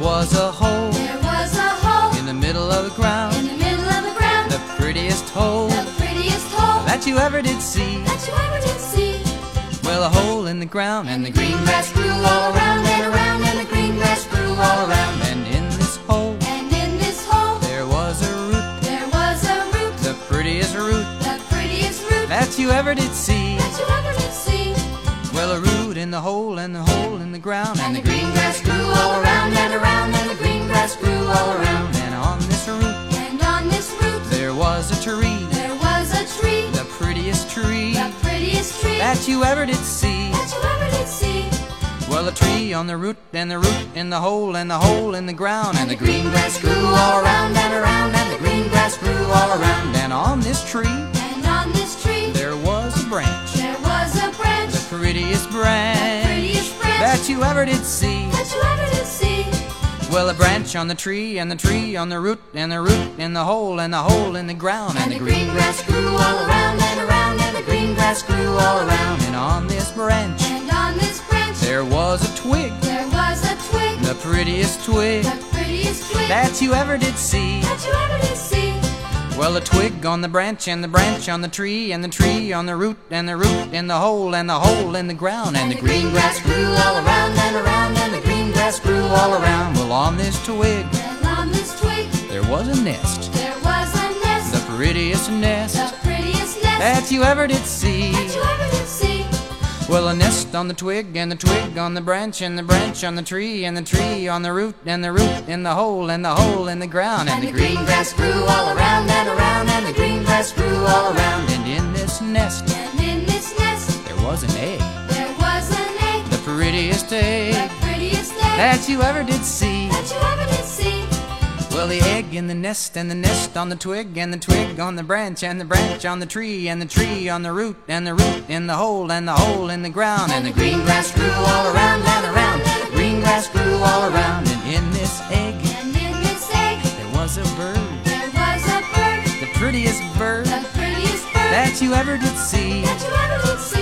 was a hole There was a hole in the middle of the ground, in the middle of the ground, the prettiest hole the prettiest hole that you ever did see. that you ever did see. Well, a hole in the ground, and the green grass grew all around and around, and the green grass grew all all around. around, and in this hole And in this hole there was a root, there was a root, the prettiest root the prettiest root that you ever did see. that you ever did see. Well, a root in the hole, and the hole in the ground, And the green grass grew all around and around, and the green grass grew all around. and on this root And on this root there was a tree, there was a tree, the prettiest tree the prettiest tree that you ever did see. that you ever did see. Well, a tree on the root, and the root in the hole, and the hole in the ground, and the green grass grew all around and around, and the green grass grew all around, and on this tree And on this tree there was a branch, there was a branch, the prettiest branch prettiest branch that you ever did see. that you ever did see. Well, a branch on the tree, and the tree on the root, and the root in the hole, and the hole in the ground, And the green grass grew all around and around, and the green grass grew all around. and on this branch And on this branch there was a twig, there was a twig, the prettiest twig the prettiest twig that you ever did see. that you ever did see. Well, a twig on the branch, and the branch on the tree, and the tree on the root, and the root in the hole, and the hole in the ground, and the green grass grew all around and around, and the green grass grew all around. Well, on this twig And on this twig there was a nest, there was a the nest, prettiest nest the prettiest nest that you ever did see. that you ever did see. Well, a nest on the twig, and the twig on the branch, and the branch on the tree, and the tree on the root, and the root in the hole, and the hole in the ground, and the green grass grew all around and around, and the green grass grew all around. And in this nest And in this nest there was an egg, there was an egg, the prettiest the egg prettiest egg that you ever did see. that you ever did see. Well, the egg in the nest, and the nest on the twig, and the twig on the branch, and the branch on the tree, and the tree on the root, and the root in the hole, and the hole in the ground, and the green grass grew all around and around, and the green grass grew all around, and in this egg And in this egg there was a bird, there was a bird, the prettiest bird the prettiest bird that you ever did see. that you ever did see.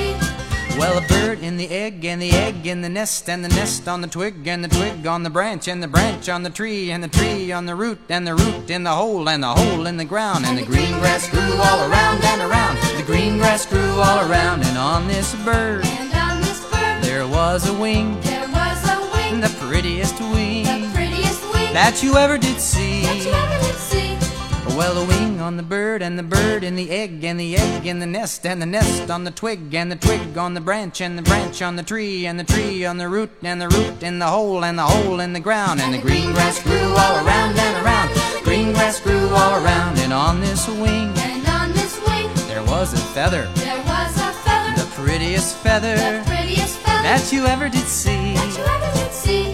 Well, a bird in the egg, and the egg in the nest, and the nest on the twig, and the twig on the branch, and the branch on the tree, and the tree on the root, and the root in the hole, and the hole in the ground, and the green grass grew all around and around. The green grass grew all around, and on this bird And on this bird there was a wing, there was a wing, and the prettiest the wing prettiest wing that that you ever did see. you ever did see. Well, the wing on the bird, and the bird in the egg, and the egg in the nest, and the nest on the twig, and the twig on the branch, and the branch on the tree, and the tree on the root, and the root in the hole, and the hole in the ground, and the green grass grew all around and around, green grass grew all around, and on this wing And on this wing there was a feather, there was a feather, the prettiest the feather prettiest feather that you ever did see. that you ever did see.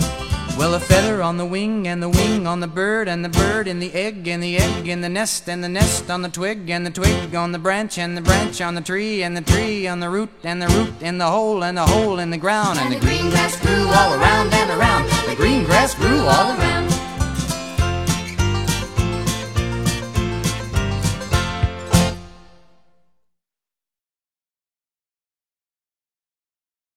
Well, a feather on the wing, and the wing on the bird, and the bird in the egg, and the egg in the nest, and the nest on the twig, and the twig on the branch, and the branch on the tree, and the tree on the root, and the root in the hole, and the hole in the ground, and the green grass grew all around and around, the green grass grew all around.